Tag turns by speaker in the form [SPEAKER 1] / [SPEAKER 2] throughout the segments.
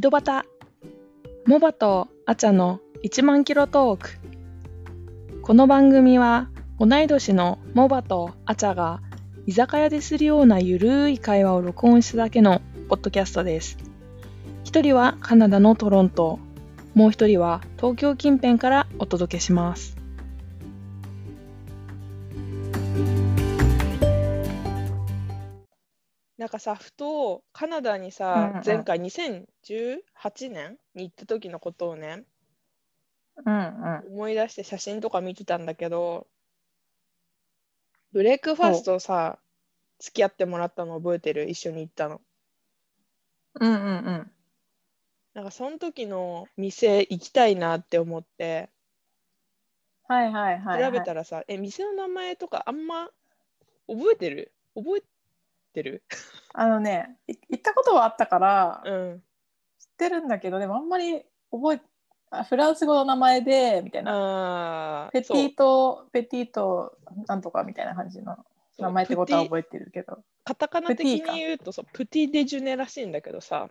[SPEAKER 1] ドバタモバとアチャの1万キロトークこの番組は同い年のモバとアチャが居酒屋でするようなゆるい会話を録音しただけのポッドキャストです一人はカナダのトロントもう一人は東京近辺からお届けしますなんかさふとカナダにさ、
[SPEAKER 2] うんうん
[SPEAKER 1] 前回2018年に行った時のことをね
[SPEAKER 2] うんうん。
[SPEAKER 1] 思い出して写真とか見てたんだけどブレイクファーストをさ付き合ってもらったの覚えてる一緒に行ったの
[SPEAKER 2] うんうんうん。
[SPEAKER 1] なんかその時の店行きたいなって思って
[SPEAKER 2] はいはいはい、はい。
[SPEAKER 1] 調べたらさ、え店の名前とかあんま覚えてる覚えてる
[SPEAKER 2] あのね、い行ったことはあったから、
[SPEAKER 1] う
[SPEAKER 2] 知っ
[SPEAKER 1] ん
[SPEAKER 2] てるんだけど、でもあんまり覚えあフランス語の名前で、みたいな。
[SPEAKER 1] あ
[SPEAKER 2] ペティート、ペティート、なんとかみたいな感じの名前ってことは
[SPEAKER 1] え
[SPEAKER 2] 覚えてるけど。
[SPEAKER 1] カタカナ的
[SPEAKER 2] プティ
[SPEAKER 1] に
[SPEAKER 2] か
[SPEAKER 1] 言うとそうプティ・デジュネらしいんだけどさ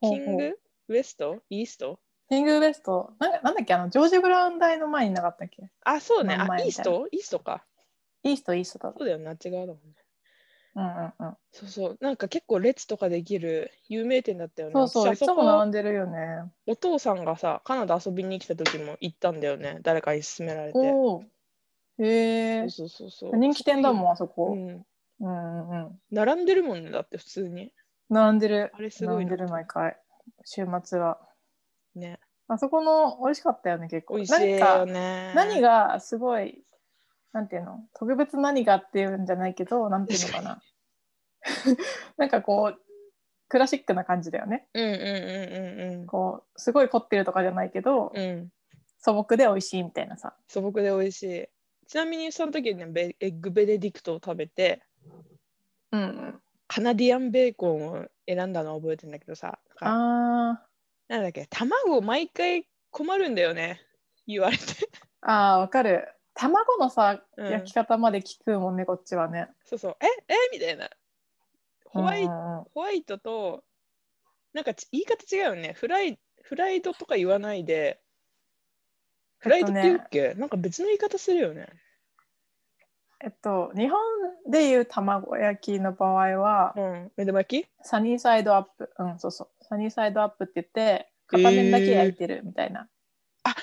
[SPEAKER 1] キン
[SPEAKER 2] ほうほ
[SPEAKER 1] グ
[SPEAKER 2] う
[SPEAKER 1] ウエストイースト
[SPEAKER 2] キングウエスト、なんかなんだっけ、あの、ジョージ・ブラウン大の前になかったっけ
[SPEAKER 1] あそうね
[SPEAKER 2] 名
[SPEAKER 1] あ
[SPEAKER 2] 前
[SPEAKER 1] イー
[SPEAKER 2] み
[SPEAKER 1] ス
[SPEAKER 2] たいな
[SPEAKER 1] トイーストか
[SPEAKER 2] イースト、イーストだ
[SPEAKER 1] そうだよねあっち側だもんね
[SPEAKER 2] うんうんうん。
[SPEAKER 1] そうそうなんか結構列とかできる有名店だったよね
[SPEAKER 2] そうそう、い
[SPEAKER 1] 私あ
[SPEAKER 2] つ
[SPEAKER 1] そ
[SPEAKER 2] も
[SPEAKER 1] こ
[SPEAKER 2] 並んでるよね。
[SPEAKER 1] お父さんがさカナダ遊びに来た時も行ったんだよね誰かに勧められて
[SPEAKER 2] おお。へ
[SPEAKER 1] そ
[SPEAKER 2] え
[SPEAKER 1] う。そうそうそう
[SPEAKER 2] 人気店だもん、あ
[SPEAKER 1] そ
[SPEAKER 2] そ
[SPEAKER 1] う
[SPEAKER 2] こ
[SPEAKER 1] い。ううん
[SPEAKER 2] うんうんうん。
[SPEAKER 1] 並んでるもんねだって普通に
[SPEAKER 2] 並んでる。
[SPEAKER 1] あれすご
[SPEAKER 2] 並
[SPEAKER 1] い
[SPEAKER 2] ん
[SPEAKER 1] な
[SPEAKER 2] でる毎回。週末は。
[SPEAKER 1] ね
[SPEAKER 2] あそこの美味しかったよね、結構。
[SPEAKER 1] 美味しいよ
[SPEAKER 2] 何か
[SPEAKER 1] ね
[SPEAKER 2] 何がすごい、なんていうの、特別何がっていうんじゃないけど、なんていうの かな。なんかこう、クラシックな感じだよね。
[SPEAKER 1] うんうんうん
[SPEAKER 2] こう、すごい凝ってるとかじゃないけど、
[SPEAKER 1] うんうんうん
[SPEAKER 2] 素朴で美味しいみたいなさ。
[SPEAKER 1] 素朴で美味しいちなみにその時にねベエッグベネディクトを食べて
[SPEAKER 2] うんうん。
[SPEAKER 1] カナディアンベーコンを選んだのを覚えてんだけどさなんか
[SPEAKER 2] あー
[SPEAKER 1] なんだっけ卵毎回困るんだよね言われて
[SPEAKER 2] あー、わかる。卵のさ、
[SPEAKER 1] うん
[SPEAKER 2] 焼き方まで聞くもんね、こっちはね。
[SPEAKER 1] そうそうええみたいなホワイ
[SPEAKER 2] うんうんうん
[SPEAKER 1] ホワイトとなんかち言い方違うよねフライフライドとか言わないでフライドって言うっけ、なんか別の言い方するよね
[SPEAKER 2] えっと、日本でいう卵焼きの場合は、
[SPEAKER 1] うん目玉焼き
[SPEAKER 2] サニーサイドアップ、うん、そうそう、サニーサイドアップって言って、片面だけ焼いてるみたいな。
[SPEAKER 1] あ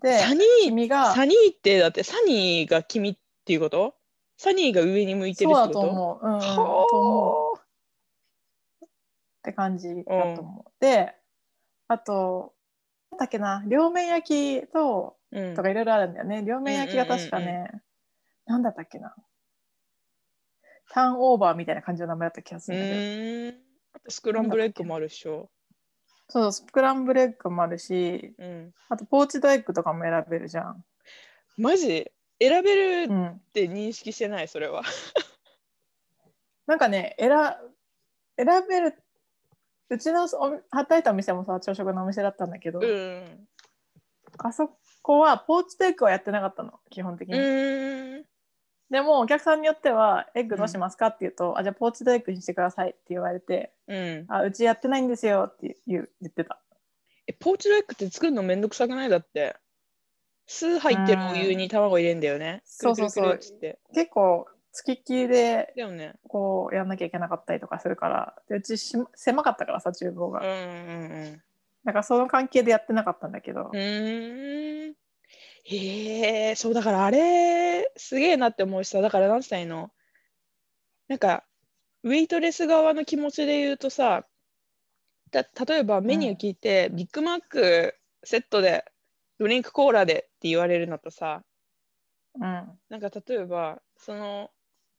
[SPEAKER 2] で、
[SPEAKER 1] サニー
[SPEAKER 2] 君が、
[SPEAKER 1] サニーってだってサニーが君っていうことサニーが上に向いてる
[SPEAKER 2] そう
[SPEAKER 1] って
[SPEAKER 2] だ
[SPEAKER 1] こと
[SPEAKER 2] 思う。うん、と思う
[SPEAKER 1] は
[SPEAKER 2] って感じだと思う。で、あと、なんだっけな、両面焼きと、
[SPEAKER 1] あ、うん
[SPEAKER 2] とかいろいろあるんだよね。両面焼きが確か
[SPEAKER 1] うんうん
[SPEAKER 2] ね、なんだったっけな。ターンオーバーみたいな感じの名前だった気がす
[SPEAKER 1] う
[SPEAKER 2] るんだけど。
[SPEAKER 1] ーんあとスクランブルエッグもあるでしょ。
[SPEAKER 2] そうそう、スクランブルエッグもあるし、
[SPEAKER 1] うん、
[SPEAKER 2] あとポーチドエッグとかも選べるじゃん。
[SPEAKER 1] マジ選べ
[SPEAKER 2] う
[SPEAKER 1] るっ
[SPEAKER 2] ん。
[SPEAKER 1] て認識してない、それは。
[SPEAKER 2] なんかね、選選べる、うちのお働いたお店もさ、朝食のお店だったんだけど、
[SPEAKER 1] うん。
[SPEAKER 2] あそこはポーチドエッグはやってなかったの、基本的
[SPEAKER 1] う
[SPEAKER 2] に。
[SPEAKER 1] ーん。
[SPEAKER 2] でもお客さんによっては、エッグどうしますかって言うと、あ、じゃあポーチドエッグにしてくださいって言われて、
[SPEAKER 1] うん、
[SPEAKER 2] あ、うちやってないんですよって言う言ってた。
[SPEAKER 1] えポーチドエッグって作るのめんどくさくないだって。酢入ってるお湯に卵入れんだよね。
[SPEAKER 2] うんそうそうそう
[SPEAKER 1] くるくるくるっつって。
[SPEAKER 2] 結構、付きっきりで、
[SPEAKER 1] だよね。
[SPEAKER 2] こう、やんなきゃいけなかったりとかするから、でうちし狭かったからさ、厨房
[SPEAKER 1] う
[SPEAKER 2] が
[SPEAKER 1] ん。うんうん。
[SPEAKER 2] なんかその関係でやってなかったんだけど、
[SPEAKER 1] うーん。へえ、そうだからあれすげえなって思うしさ、だから何歳のなんかウェイトレス側の気持ちで言うとさ、た例えばメニュー聞いて、ビッグマックセットでドリンクコーラでって言われるのとさ、
[SPEAKER 2] うん、
[SPEAKER 1] なんか例えばその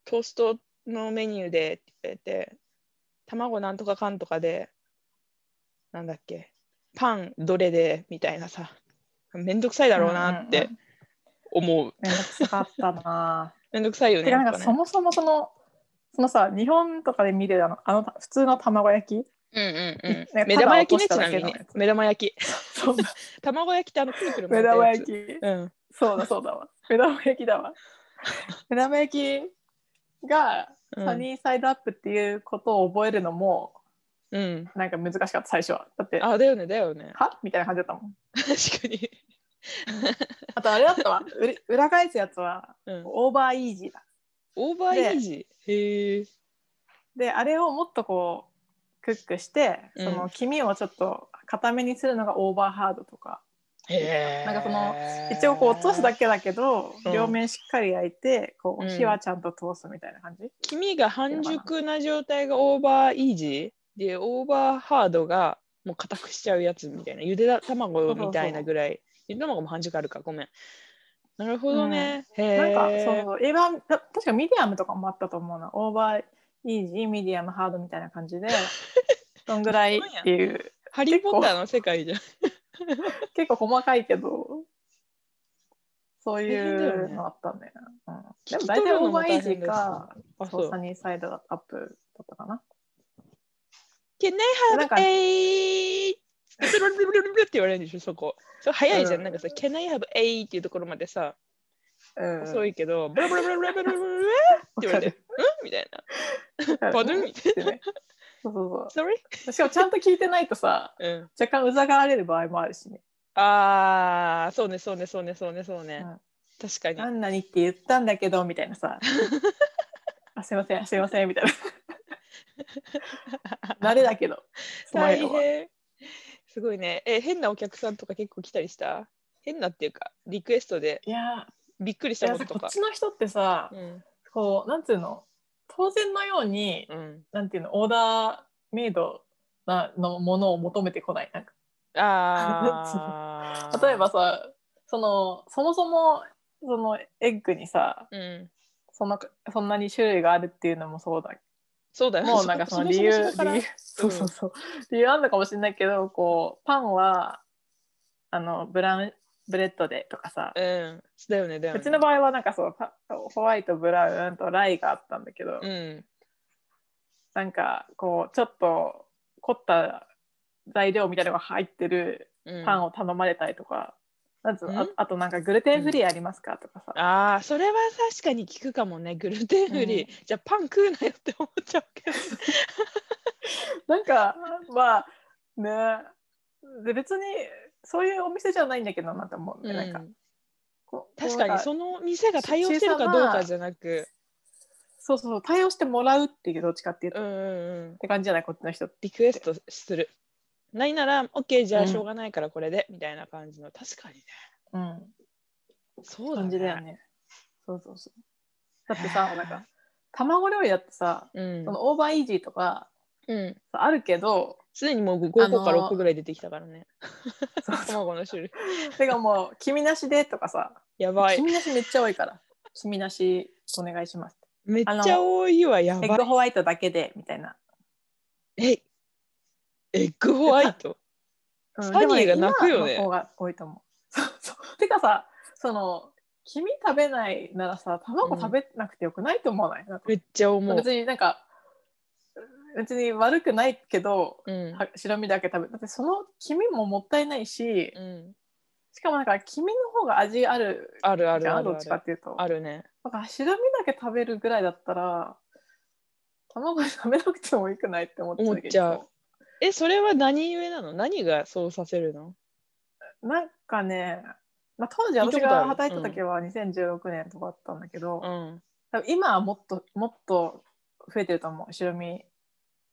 [SPEAKER 1] トーストのメニューでって言われて、卵なんとかかんとかで、なんだっけ、パンどれでみたいなさ、めんどくさいだろうなっ
[SPEAKER 2] うん
[SPEAKER 1] て
[SPEAKER 2] うんうん
[SPEAKER 1] 思う。
[SPEAKER 2] めんどくさかったなぁ
[SPEAKER 1] めんどくさいよね。
[SPEAKER 2] てかなん
[SPEAKER 1] や
[SPEAKER 2] か
[SPEAKER 1] っぱ
[SPEAKER 2] そ
[SPEAKER 1] ね
[SPEAKER 2] もそもそのそのさ日本とかで見るあのあの普通の卵焼き
[SPEAKER 1] うんうんうん
[SPEAKER 2] ねただ
[SPEAKER 1] 目玉焼きね、
[SPEAKER 2] 落と
[SPEAKER 1] ち
[SPEAKER 2] した
[SPEAKER 1] な
[SPEAKER 2] だ
[SPEAKER 1] み
[SPEAKER 2] け
[SPEAKER 1] に
[SPEAKER 2] の
[SPEAKER 1] ね。目玉焼き。
[SPEAKER 2] そうだ
[SPEAKER 1] 卵焼きってあのくるくる
[SPEAKER 2] 目
[SPEAKER 1] た
[SPEAKER 2] 玉
[SPEAKER 1] やつ
[SPEAKER 2] 焼き
[SPEAKER 1] うん。
[SPEAKER 2] そうだそうだわ目玉焼きだ わ目玉焼きが
[SPEAKER 1] うん
[SPEAKER 2] サニーサイドアップっていうことを覚えるのも
[SPEAKER 1] うん。
[SPEAKER 2] なんか難しかった最初はだって
[SPEAKER 1] あ、だよね、だよね。
[SPEAKER 2] はみたいな感じだったもん
[SPEAKER 1] 確かに。
[SPEAKER 2] あとあれだったわ うり裏返すやつは
[SPEAKER 1] うん、
[SPEAKER 2] オーバーイージーだ
[SPEAKER 1] オーバーイージー。へえ。
[SPEAKER 2] であれをもっとこうクックして
[SPEAKER 1] う
[SPEAKER 2] そ
[SPEAKER 1] ん
[SPEAKER 2] の黄身をちょっと固めにするのがオーバーハードとか、
[SPEAKER 1] へえ。
[SPEAKER 2] なんかその一応こう落とすだ
[SPEAKER 1] け。
[SPEAKER 2] けだけど、
[SPEAKER 1] うん
[SPEAKER 2] 両面しっかり焼いてこ
[SPEAKER 1] う
[SPEAKER 2] うん火はちゃんと通すみたいな感じ、
[SPEAKER 1] 黄身が半熟な状態がオーバーイージーで、オーバーハードがもう硬くしちゃうやつみたいな。ゆで卵みたいなぐらい。ゆで卵も半熟あるか、ごめん。なるほどね。へえ。
[SPEAKER 2] なんかそう映画た確かミディアムとかもあったと思うなオーバーイージーミディアムハードみたいな感 じでどんぐらいっていう
[SPEAKER 1] ハリー・ポッターの世界じゃん。
[SPEAKER 2] 結構細かいけどそう
[SPEAKER 1] 大変だ
[SPEAKER 2] い
[SPEAKER 1] よ
[SPEAKER 2] う
[SPEAKER 1] ね
[SPEAKER 2] のあったんだよな、うん、で
[SPEAKER 1] 聞
[SPEAKER 2] も
[SPEAKER 1] き
[SPEAKER 2] 大
[SPEAKER 1] 取
[SPEAKER 2] 体
[SPEAKER 1] る
[SPEAKER 2] オ
[SPEAKER 1] の
[SPEAKER 2] ー
[SPEAKER 1] も
[SPEAKER 2] バーイ
[SPEAKER 1] 大
[SPEAKER 2] ージ
[SPEAKER 1] 変だ
[SPEAKER 2] ー
[SPEAKER 1] し
[SPEAKER 2] か
[SPEAKER 1] あ
[SPEAKER 2] そ
[SPEAKER 1] そう
[SPEAKER 2] うサニーサイドアップだったかな
[SPEAKER 1] Can I
[SPEAKER 2] なんか
[SPEAKER 1] have a ブルブルブルブルって言われるんでしょそこ。そう早いじゃん。
[SPEAKER 2] うん
[SPEAKER 1] なんかさ、Can I have a っていうところまでさ、
[SPEAKER 2] うん
[SPEAKER 1] 遅いけど、ブルブルブルブルブルブルブルって言われて、うんみたいな。
[SPEAKER 2] わかる
[SPEAKER 1] パドゥンみたいな。
[SPEAKER 2] そうそう
[SPEAKER 1] Sorry?
[SPEAKER 2] そうしかもちゃんと聞いてないとさ
[SPEAKER 1] うん。
[SPEAKER 2] 若干うざがられる場合もあるしね
[SPEAKER 1] あー、そうね、そうね、そうね、そうね、そうね。確か
[SPEAKER 2] 「
[SPEAKER 1] に。
[SPEAKER 2] 何々って言ったんだけど」みたいなさ「あすいませんすいません」みたいな慣れだ けどその
[SPEAKER 1] 大
[SPEAKER 2] 色は
[SPEAKER 1] 変。すごいね。え、変なお客さんとか結構来たりした変なっていうか、リクエストで
[SPEAKER 2] いや
[SPEAKER 1] びっくりし
[SPEAKER 2] い
[SPEAKER 1] た
[SPEAKER 2] や
[SPEAKER 1] こ
[SPEAKER 2] さ
[SPEAKER 1] と
[SPEAKER 2] こと
[SPEAKER 1] か
[SPEAKER 2] っ。ちの人ってさ
[SPEAKER 1] うん。
[SPEAKER 2] こうなんつうの当然のように
[SPEAKER 1] うん。
[SPEAKER 2] なんていうのオーダーメイドなのものを求めてこないなんか
[SPEAKER 1] あー。
[SPEAKER 2] 例えば、さそのそもそもそのエッグにさ
[SPEAKER 1] うん。
[SPEAKER 2] そんなそんなに種類があるっていうのもそうだ
[SPEAKER 1] そうだよね
[SPEAKER 2] もうなんかその理
[SPEAKER 1] も
[SPEAKER 2] 由
[SPEAKER 1] そもから
[SPEAKER 2] 理由そうそうそう理由あるのかもしれないけどこうパンはあのブラウンブレッドでとかさ、
[SPEAKER 1] うん。だよね、だよ
[SPEAKER 2] う
[SPEAKER 1] ね。
[SPEAKER 2] ちの場合はなんかそうパホワイトブラウンとライがあったんだけど、
[SPEAKER 1] うん。
[SPEAKER 2] なんかこうちょっと凝った材料みたいなのが入ってる
[SPEAKER 1] うん、
[SPEAKER 2] パンを頼まれたりとか、なんつうのあ
[SPEAKER 1] うん
[SPEAKER 2] あとなんかグルテンフリーありますかとかさ、
[SPEAKER 1] ああ、それは確かに聞くかもね。グルテンフリー。
[SPEAKER 2] う
[SPEAKER 1] じゃあパン食うなよって思っちゃうけど。
[SPEAKER 2] なんかまあねで別にそういうお店じゃないんだけどなって思うんで、なんか
[SPEAKER 1] うん
[SPEAKER 2] こう
[SPEAKER 1] 確か
[SPEAKER 2] こうなん
[SPEAKER 1] にその店が対応してるかどうかじゃなく、
[SPEAKER 2] そうそうそう対応してもらうっていうどっちかっていう
[SPEAKER 1] う
[SPEAKER 2] と、
[SPEAKER 1] ん
[SPEAKER 2] っ
[SPEAKER 1] うんうん。
[SPEAKER 2] て感じじゃないこっちの人って
[SPEAKER 1] リクエストする。ないなら、OK、じゃ
[SPEAKER 2] う
[SPEAKER 1] あ
[SPEAKER 2] ん
[SPEAKER 1] しょうがないからこれで、みたいな感じの。確かにね。
[SPEAKER 2] うん
[SPEAKER 1] そうだね。
[SPEAKER 2] 感じだよねそうそうそうだって
[SPEAKER 1] へ
[SPEAKER 2] さ
[SPEAKER 1] ー
[SPEAKER 2] なんか卵料理だってさ
[SPEAKER 1] うん
[SPEAKER 2] そ。のオーバーイージーとか
[SPEAKER 1] うん。
[SPEAKER 2] あるけど
[SPEAKER 1] すでにもう5個か
[SPEAKER 2] あのー
[SPEAKER 1] 6個ぐらい出てきたからね。
[SPEAKER 2] そう
[SPEAKER 1] 卵の種類。
[SPEAKER 2] てかもう黄身なしでとかさ
[SPEAKER 1] やばい
[SPEAKER 2] 黄。身なしめっちゃ多いから黄身なしお願いします
[SPEAKER 1] めっちゃ多いわ、や
[SPEAKER 2] エ
[SPEAKER 1] ば
[SPEAKER 2] ッ
[SPEAKER 1] い
[SPEAKER 2] グ。ホワイトだけでみたいな、
[SPEAKER 1] えエッグホワイト
[SPEAKER 2] うん
[SPEAKER 1] サニーが泣くよね
[SPEAKER 2] でも今の方が多いと思うそうそうてかさその黄身食べないならさ卵食べなくてよくないと思わない、なんか
[SPEAKER 1] めっちゃ思う。
[SPEAKER 2] 別になんか別に悪くないけど
[SPEAKER 1] うん。
[SPEAKER 2] は白身だけ食べだってその黄身ももったいないし
[SPEAKER 1] うん、
[SPEAKER 2] しかもなんか黄身の方が味ある
[SPEAKER 1] あるあ
[SPEAKER 2] じ
[SPEAKER 1] る
[SPEAKER 2] ゃん
[SPEAKER 1] ある
[SPEAKER 2] どっちか
[SPEAKER 1] ある。
[SPEAKER 2] っていうと
[SPEAKER 1] あるね。
[SPEAKER 2] だから白身だけ食べるぐらいだったら卵食べなくてもいくないって思っちゃう
[SPEAKER 1] 思っちゃうえ、それは何故なの何がそうさせるの
[SPEAKER 2] なんかね、まあ、当時
[SPEAKER 1] 聞いたこ
[SPEAKER 2] 私
[SPEAKER 1] とあ
[SPEAKER 2] が
[SPEAKER 1] る
[SPEAKER 2] 働いた時は2016年とかだったんだけど、
[SPEAKER 1] うん。
[SPEAKER 2] 多分今はもっともっと増えてると思う白身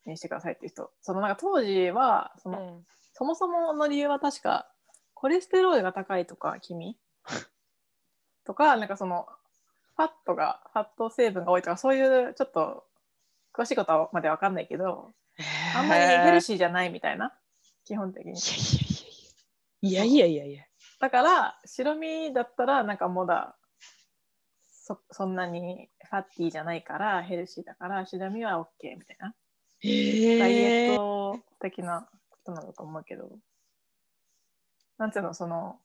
[SPEAKER 2] にしてくださいっていう人そのなんか当時はそうの、
[SPEAKER 1] ん、
[SPEAKER 2] そもそもの理由は確かコレステロールが高いとか黄身とかなんかそのファットがファット成分が多いとかそういうちょっと詳しいことはまでわかんないけどあんまりヘル
[SPEAKER 1] シ
[SPEAKER 2] シーじゃないみたいな基本的に
[SPEAKER 1] いやいやいやいやいやいやいや。
[SPEAKER 2] だから白身だったらなんかまだそそんなにファッティーじゃないからヘルシーだから白身は OK みたいなダイエ
[SPEAKER 1] え
[SPEAKER 2] ッ
[SPEAKER 1] ー、
[SPEAKER 2] ト的なことなんだと思うけど、なんていうのその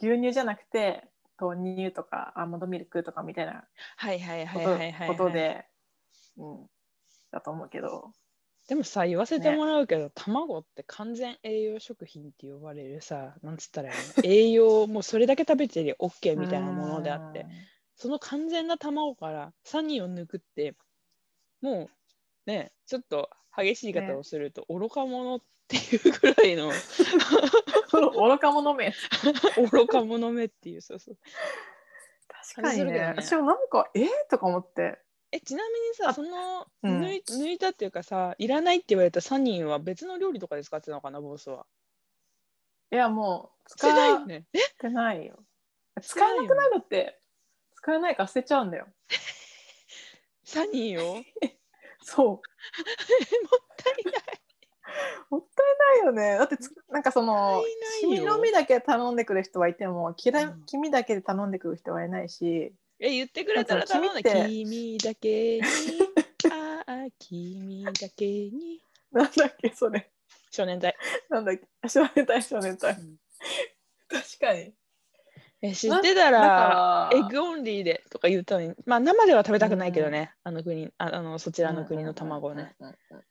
[SPEAKER 2] 牛乳じゃなくて豆乳とかアーモンドミルクとかみたいな
[SPEAKER 1] はいはい
[SPEAKER 2] こ
[SPEAKER 1] はい
[SPEAKER 2] と,、
[SPEAKER 1] はいはい、はい。
[SPEAKER 2] こと。で、うん、だと思うけど
[SPEAKER 1] でもさ、言わせてもらうけど、卵って完全栄養食品って呼ばれるさ、なんつったらいいの栄養、もうそれだけ食べてりゃ OK みたいなものであって。その完全な卵からサニーを抜くってもうねちょっと激しい言い方をすると、愚か者っていうぐらいの
[SPEAKER 2] 愚か者め。
[SPEAKER 1] 愚か者目っていうそうそう
[SPEAKER 2] 確かにね。
[SPEAKER 1] 感じするけ
[SPEAKER 2] 私
[SPEAKER 1] どね
[SPEAKER 2] もなんか、えー、とか思って。
[SPEAKER 1] えちなみにさ
[SPEAKER 2] あ
[SPEAKER 1] その
[SPEAKER 2] うん
[SPEAKER 1] 抜い,、抜いたっていうかさいらないって言われた3人は別の料理とかで使ってたのかなボスはい
[SPEAKER 2] や、もう、
[SPEAKER 1] して
[SPEAKER 2] 使
[SPEAKER 1] ない
[SPEAKER 2] っ
[SPEAKER 1] よね
[SPEAKER 2] てないよ。
[SPEAKER 1] して
[SPEAKER 2] 使
[SPEAKER 1] ない
[SPEAKER 2] え
[SPEAKER 1] よ
[SPEAKER 2] な
[SPEAKER 1] ね
[SPEAKER 2] くなるって、使えないから捨てちゃうんだよ。
[SPEAKER 1] サニーをもっ
[SPEAKER 2] そう。
[SPEAKER 1] たいない
[SPEAKER 2] もったいないよね。だってつ、なんかそ
[SPEAKER 1] もっ
[SPEAKER 2] の
[SPEAKER 1] た、いないよ
[SPEAKER 2] 君のみだけ頼んでくる人はいても、きら
[SPEAKER 1] うん
[SPEAKER 2] 君だけで頼んでくる人はいないし、
[SPEAKER 1] え言ってくれたら頼むね
[SPEAKER 2] だから
[SPEAKER 1] 君だけにああ君だけに
[SPEAKER 2] なんだっけ、それ。
[SPEAKER 1] 少年隊
[SPEAKER 2] なんだっけ、少年隊、少年隊。確かに。
[SPEAKER 1] え知ってた
[SPEAKER 2] だ
[SPEAKER 1] ら
[SPEAKER 2] か
[SPEAKER 1] エッグオンリーでとか言ったのにまあ生では食べたくないけどね、あの国ああのそちらの国の卵をね、。
[SPEAKER 2] うんうんうんうん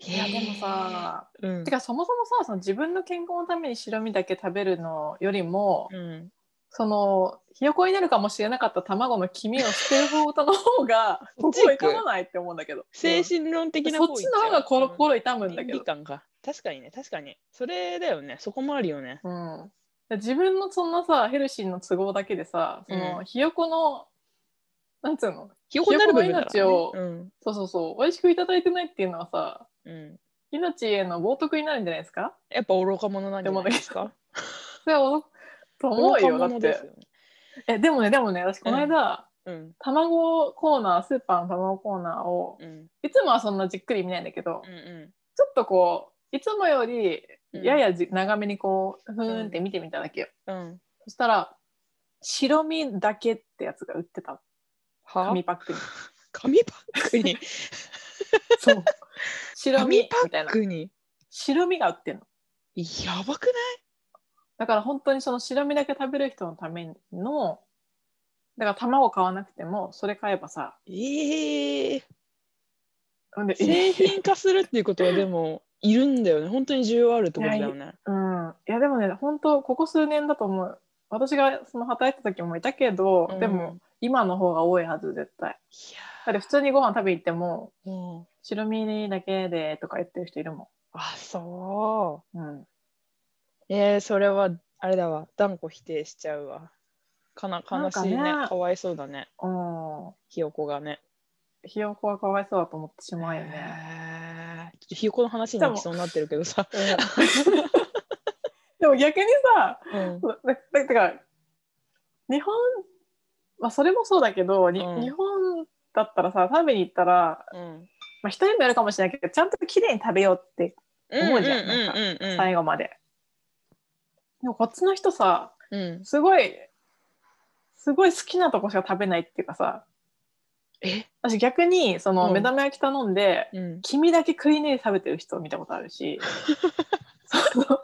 [SPEAKER 2] いや、でもさ、
[SPEAKER 1] へーうん
[SPEAKER 2] てかそもそもさその自分の健康のために白身だけ食べるのよりも、
[SPEAKER 1] うん
[SPEAKER 2] そのひよこになるかもしれなかった卵の黄身を捨てる方の 方が
[SPEAKER 1] そっち
[SPEAKER 2] 心
[SPEAKER 1] 行く
[SPEAKER 2] 痛まないって思うんだけど
[SPEAKER 1] 精神論的な
[SPEAKER 2] そっちの方が心心痛むんだけ
[SPEAKER 1] 倫理
[SPEAKER 2] ど、
[SPEAKER 1] 観か確かにね確かにそれだよねそこもあるよね
[SPEAKER 2] うん、自分のそんなさヘルシーの都合だけでさその、
[SPEAKER 1] うん
[SPEAKER 2] ひよこのなんつうの
[SPEAKER 1] ひよこになる部分
[SPEAKER 2] ひよ
[SPEAKER 1] だ
[SPEAKER 2] この
[SPEAKER 1] から、
[SPEAKER 2] 命を
[SPEAKER 1] うん
[SPEAKER 2] そうそうそう美味しくいただいてないっていうのはさ
[SPEAKER 1] うん、
[SPEAKER 2] 命への冒涜になるんじゃないですか
[SPEAKER 1] やっぱ愚か者なんじゃないですか
[SPEAKER 2] それはおと 思う
[SPEAKER 1] 愚か
[SPEAKER 2] よだ
[SPEAKER 1] 者
[SPEAKER 2] っ
[SPEAKER 1] です
[SPEAKER 2] て
[SPEAKER 1] よね
[SPEAKER 2] えでもねでもね私この間、
[SPEAKER 1] うん
[SPEAKER 2] 卵コーナースーパーの卵コーナーを
[SPEAKER 1] うん
[SPEAKER 2] いつもはそんなじっくり見ないんだけど、
[SPEAKER 1] うん
[SPEAKER 2] ちょっとこういつもより
[SPEAKER 1] うん
[SPEAKER 2] ややじ、長めにこうふーんって見てみただけよ、
[SPEAKER 1] うんうん
[SPEAKER 2] そしたら白身だけってやつが売ってた
[SPEAKER 1] は
[SPEAKER 2] 紙パック に
[SPEAKER 1] 紙パック に
[SPEAKER 2] そう白身
[SPEAKER 1] 紙
[SPEAKER 2] み
[SPEAKER 1] パ
[SPEAKER 2] たい
[SPEAKER 1] ッ
[SPEAKER 2] な
[SPEAKER 1] クに
[SPEAKER 2] 白身が売ってんの
[SPEAKER 1] やばく
[SPEAKER 2] だから本当にその白身だけ食べる人のためのだから卵買わなくてもそれ買えばさ
[SPEAKER 1] ないええ
[SPEAKER 2] んで
[SPEAKER 1] 製品化するっていうことはでもいるんだよね本当に需要あるってことだよね
[SPEAKER 2] うん、いやでもね本当ここ数年だと思う私がその働いてた時もいたけど、
[SPEAKER 1] うん
[SPEAKER 2] でも今の方が多いはず絶
[SPEAKER 1] い
[SPEAKER 2] 対だって普通にご飯食べ行っても
[SPEAKER 1] やもう
[SPEAKER 2] 白身だけでとか言ってる人いるも、
[SPEAKER 1] あそうん
[SPEAKER 2] うん、
[SPEAKER 1] えー、それはあれだわ断固否定しちゃうわかな悲しいね
[SPEAKER 2] なん
[SPEAKER 1] か
[SPEAKER 2] かね
[SPEAKER 1] わいそうだね
[SPEAKER 2] うん
[SPEAKER 1] ひよこがね
[SPEAKER 2] ひよこはかわいそうだと思ってしまうよ ね、
[SPEAKER 1] えーちょっとひよこの話に行きそうになってるけどさ、
[SPEAKER 2] でも逆にさ
[SPEAKER 1] うん
[SPEAKER 2] だだだから日本まあそれもそうだけど、に
[SPEAKER 1] うん
[SPEAKER 2] 日本だったらさ食べに行ったら、
[SPEAKER 1] うん
[SPEAKER 2] まあ、人にもやるかもしれないけどちゃんと綺麗に食べようって思うじゃんなんか
[SPEAKER 1] うんうん
[SPEAKER 2] 最後まで。でもこっちの人さ
[SPEAKER 1] うんうん
[SPEAKER 2] すごいすごい好きなとこしか食べないっていうかさ
[SPEAKER 1] え
[SPEAKER 2] 私逆にその
[SPEAKER 1] うん
[SPEAKER 2] 目玉焼き頼んで、
[SPEAKER 1] うん
[SPEAKER 2] 黄身だけくりぬいで食べてる人見たことあ るしそのト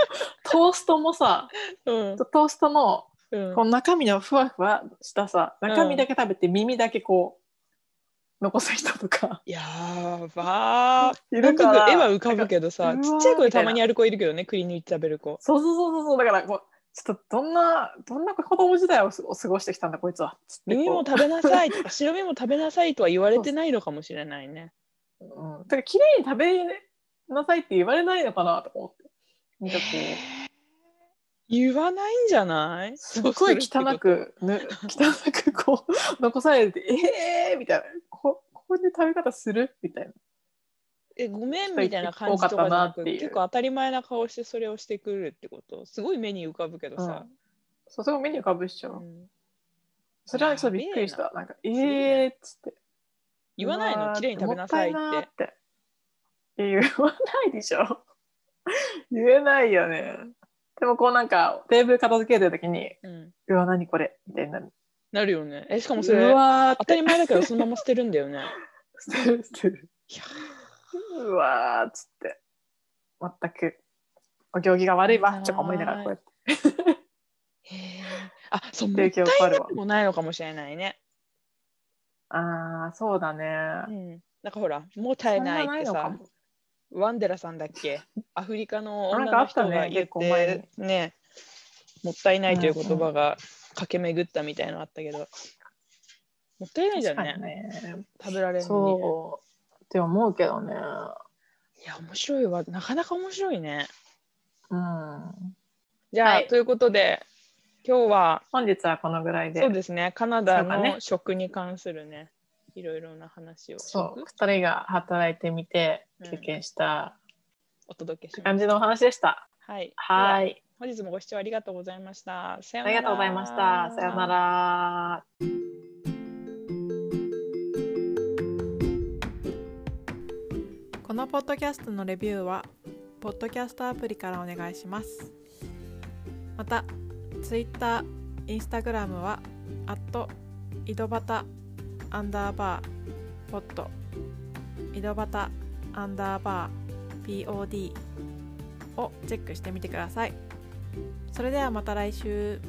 [SPEAKER 2] ーストもさ
[SPEAKER 1] うん
[SPEAKER 2] トーストの
[SPEAKER 1] うん
[SPEAKER 2] この中身のふわふわしたさ
[SPEAKER 1] ん
[SPEAKER 2] 中身だけ食べて耳だけこう残す人とか
[SPEAKER 1] やーばー
[SPEAKER 2] い
[SPEAKER 1] なん
[SPEAKER 2] る
[SPEAKER 1] と
[SPEAKER 2] か
[SPEAKER 1] な
[SPEAKER 2] ら
[SPEAKER 1] く絵は浮かぶけどさ
[SPEAKER 2] うわー
[SPEAKER 1] ちっちゃい子でたまにやる子いるけどねくり抜いて食べる子
[SPEAKER 2] そうそうそうそうだからこうちょっとどんなどんな子供時代をすお過ごしてきたんだこいつはつってこう
[SPEAKER 1] 耳も食べなさいとか白身も食べなさいとは言われてないのかもしれないね
[SPEAKER 2] うん、だから綺麗に食べなさいって言われないのかなとか思って見たこ
[SPEAKER 1] 言わないんじゃない
[SPEAKER 2] すっごい汚くぬ汚くこう残されてええー、みたいなここういう食べ方するみたいな
[SPEAKER 1] えごめんみたいな感じとかじゃなく
[SPEAKER 2] 多かったなっていう
[SPEAKER 1] 結構当たり前な顔してそれをしてくるってことすごい目に浮かぶけどさ、
[SPEAKER 2] そうそこメニューかぶっしょ、
[SPEAKER 1] うん
[SPEAKER 2] それはちょっとびっくりしたなんかえ
[SPEAKER 1] えな
[SPEAKER 2] えー、っつって
[SPEAKER 1] 言わないの綺麗に食べなさいっ
[SPEAKER 2] うわーもっ
[SPEAKER 1] て
[SPEAKER 2] たなーってえ言わないでしょ 言えないよねでもこうなんかテーブル片付けてる時に
[SPEAKER 1] うん、
[SPEAKER 2] 「うわ何これ」みたいになる
[SPEAKER 1] なるよねえしかもそうれ
[SPEAKER 2] わーって
[SPEAKER 1] 当たり前だけどそのまま捨てるんだよね
[SPEAKER 2] 捨てる捨てる
[SPEAKER 1] いや
[SPEAKER 2] うわーっつって全くお行儀が悪いわとか思いながらこうやって
[SPEAKER 1] へえあそうも
[SPEAKER 2] 提供があるわ
[SPEAKER 1] もないのかもしれないね、
[SPEAKER 2] ああそうだね
[SPEAKER 1] うん、なんかほらもったいないって
[SPEAKER 2] そんなな
[SPEAKER 1] さ
[SPEAKER 2] いのかも
[SPEAKER 1] ワンデラさんだっけアフリカの
[SPEAKER 2] なん
[SPEAKER 1] 女
[SPEAKER 2] かあ
[SPEAKER 1] の
[SPEAKER 2] った
[SPEAKER 1] 人
[SPEAKER 2] ね
[SPEAKER 1] が言っ
[SPEAKER 2] 結構前
[SPEAKER 1] てねもったいないという言葉が駆け巡ったみたいなのあったけどもったいないじゃん
[SPEAKER 2] 確か
[SPEAKER 1] ね
[SPEAKER 2] にね
[SPEAKER 1] 食べられるのにね
[SPEAKER 2] そう
[SPEAKER 3] って思うけどね。
[SPEAKER 1] いや、面白いわ。なかなか面白いね。
[SPEAKER 3] うん。
[SPEAKER 1] じゃあ、
[SPEAKER 3] はい
[SPEAKER 1] ということで、今日は、
[SPEAKER 3] 本日はこのぐらいで。
[SPEAKER 1] そうですね、カナダ
[SPEAKER 3] そうだね
[SPEAKER 1] の食に関するね、いろいろな話を
[SPEAKER 3] そう
[SPEAKER 1] 食
[SPEAKER 3] 2人が働いてみて
[SPEAKER 1] うん
[SPEAKER 3] 経験した
[SPEAKER 1] お届けしま
[SPEAKER 3] 感
[SPEAKER 1] す。
[SPEAKER 3] じのお話でした。
[SPEAKER 1] はい。
[SPEAKER 3] は
[SPEAKER 1] で
[SPEAKER 3] ー。
[SPEAKER 1] はい本日もご視聴ありがとうございました。さよ
[SPEAKER 3] ありがとうございました。さような。ら。
[SPEAKER 2] このポッドキャストのレビューはポッドキャストアプリからお願いしますまた Twitter、Instagram は井戸端アンダーバーポッド井戸端アンダーバー POD をチェックしてみてくださいそれではまた来週